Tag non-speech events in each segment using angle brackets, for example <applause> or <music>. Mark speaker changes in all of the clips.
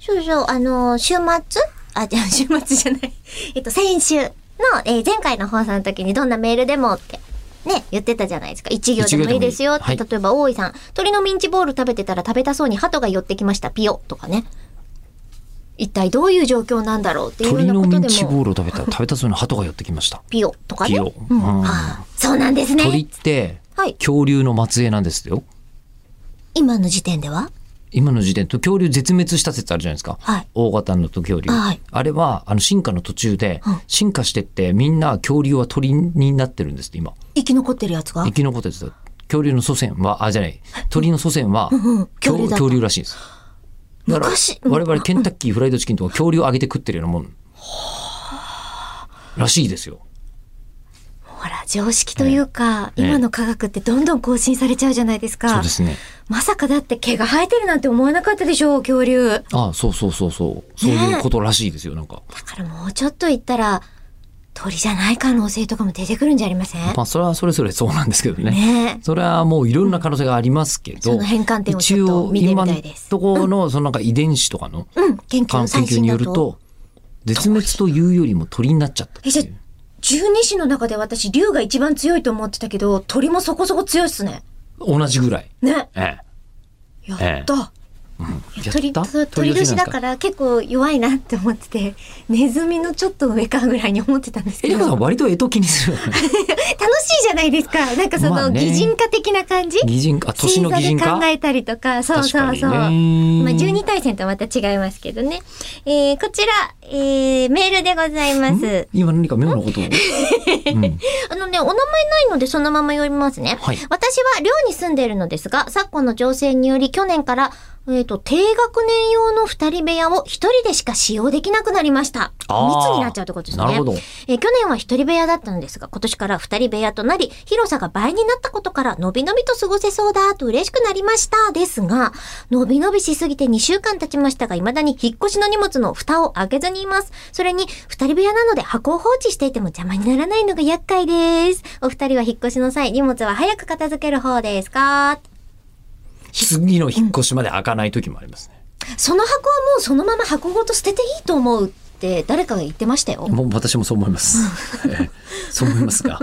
Speaker 1: そうそう、あのー週末あ、じゃあ <laughs> 週末じゃない。えっと、先週の、えー前回の放送の時にどんなメールでもって。ね、言ってたじゃないですか。一行でもいいですよって。
Speaker 2: 一行でもいい
Speaker 1: 例えば、
Speaker 2: は
Speaker 1: 大井さん、鳥のミンチボール食べてたら食べたそうに鳩が寄ってきました。ピヨとかね。一体どういう状況なんだろうっていうよう
Speaker 2: 鳥
Speaker 1: なこ
Speaker 2: の
Speaker 1: とで
Speaker 2: ミ
Speaker 1: も。
Speaker 2: ンチボールを食べたら食べたそうに鳩が寄ってきました。
Speaker 1: ピヨとかね。
Speaker 2: ピヨ
Speaker 1: うん
Speaker 2: うん
Speaker 1: あーそうなんです
Speaker 2: 鳥っ
Speaker 1: ね。
Speaker 2: て
Speaker 1: はい。
Speaker 2: 恐竜の末裔なんですよ。
Speaker 1: 今の時点では
Speaker 2: 今の時点と恐竜絶滅した説あるじゃないですか。
Speaker 1: はい
Speaker 2: 大型の時より、
Speaker 1: はい
Speaker 2: あれはあの進化の途中で、
Speaker 1: うん
Speaker 2: 進化してってみんな恐竜は鳥になってるんですって今
Speaker 1: 生き残ってるやつが
Speaker 2: 生き残ってた恐竜の祖先はあじゃない鳥の祖先は、
Speaker 1: ん <laughs> うん恐竜だった
Speaker 2: 恐竜らしいですだから
Speaker 1: 昔うん
Speaker 2: 我々ケンタッキーフライドチキンとか恐竜を揚げて食ってるようなもんらしいですよ
Speaker 1: ほら、常識というか、
Speaker 2: ええ
Speaker 1: 今の科学ってどんどん更新されちゃうじゃないです
Speaker 2: そう
Speaker 1: か
Speaker 2: で。すね
Speaker 1: まさかだって毛が生えてるなんて思わなかったでしょう、恐竜。だ
Speaker 2: あそうそうそうそうそういうことらしいですよなんか、
Speaker 1: からもうちょっと言ったら、鳥じゃない可能性とかも出てくるんじゃありません
Speaker 2: まあそれはそれぞれそうなんですけどね
Speaker 1: ね
Speaker 2: それはもういろんな可能性がありますけど、
Speaker 1: その変換点をちょっと見てみたいです
Speaker 2: 一応今のところのそのなんか遺伝子とかの
Speaker 1: え。うん、研究
Speaker 2: 研
Speaker 1: の最
Speaker 2: 究
Speaker 1: 新
Speaker 2: に
Speaker 1: だ
Speaker 2: よる
Speaker 1: と。
Speaker 2: と絶滅というよりも鳥になっちゃったっ
Speaker 1: え、
Speaker 2: てい
Speaker 1: じゃあ
Speaker 2: う、
Speaker 1: 十二支の中で私、竜が一番強いと思ってたけど、鳥もそこそこ強いっすね。
Speaker 2: 同じぐらい。
Speaker 1: ね。
Speaker 2: え
Speaker 1: やった。
Speaker 2: え、や。
Speaker 1: 鳥鳥鳥年だからら結構弱いなって思ってて、ネズミのちょっと上かぐらいに思ってたんですけ
Speaker 2: えり
Speaker 1: ど。
Speaker 2: こさん割と絵と気に
Speaker 1: <laughs>
Speaker 2: するよね。
Speaker 1: 楽しいじゃないですか。なんかそ
Speaker 2: まあ
Speaker 1: の
Speaker 2: ね
Speaker 1: 擬人化的な感じ、
Speaker 2: 擬人化、年の擬人
Speaker 1: 星座で
Speaker 2: 化
Speaker 1: 考。えたりとか、そう
Speaker 2: 確
Speaker 1: そ
Speaker 2: か
Speaker 1: う
Speaker 2: に
Speaker 1: そう。
Speaker 2: ね
Speaker 1: まあ、12対戦とはまた違いますけどね。えー、こちら、えー、メールでございます。
Speaker 2: 今何か妙な
Speaker 1: <laughs>
Speaker 2: ことを。うん
Speaker 1: あのね、お名前ないのでそのまま読みますね。
Speaker 2: はい
Speaker 1: 私は寮に住んでいるのですが、昨今の情勢により去年から、えっ、と、低学年用の二人部屋を一人でしか使用できなくなりました。
Speaker 2: あー
Speaker 1: 密になっちゃうってことですね。
Speaker 2: なるほど
Speaker 1: えー去年は一人部屋だったのですが、今年から二人部屋となり、広さが倍になったことから、のびのびと過ごせそうだと嬉しくなりました。ですが、のびのびしすぎて2週間経ちましたが、未だに引っ越しの荷物の蓋を開けずにいます。それに、二人部屋なので箱を放置していても邪魔にならないのが厄介です。お二人は引っ越しの際、荷物は早く片付ける方ですか
Speaker 2: 次の引っ越しまで開かない時もありますね。
Speaker 1: その箱はもうそのまま箱ごと捨てていいと思うって、誰かが言ってましたよ。
Speaker 2: もう私もそう思
Speaker 1: <laughs>
Speaker 2: います。ええそう思いますが、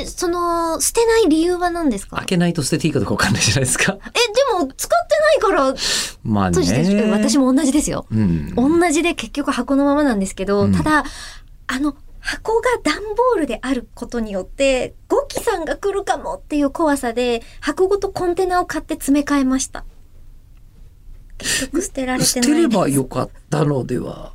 Speaker 1: え、その、捨てない理由は何ですか
Speaker 2: 開けないと捨てていいかどうかわかんないじゃないですか。
Speaker 1: え、でも、使ってないから、閉
Speaker 2: まあね。
Speaker 1: じてる。私も同じですよ。
Speaker 2: うん。
Speaker 1: 同じで結局箱のままなんですけど、
Speaker 2: うん
Speaker 1: ただ、あの、箱が段ボールであることによって、ゴキさんが来るかもっていう怖さで、箱ごとコンテナを買って詰め替えました。結局捨てられて
Speaker 2: 捨
Speaker 1: ない。
Speaker 2: てればよかったのでは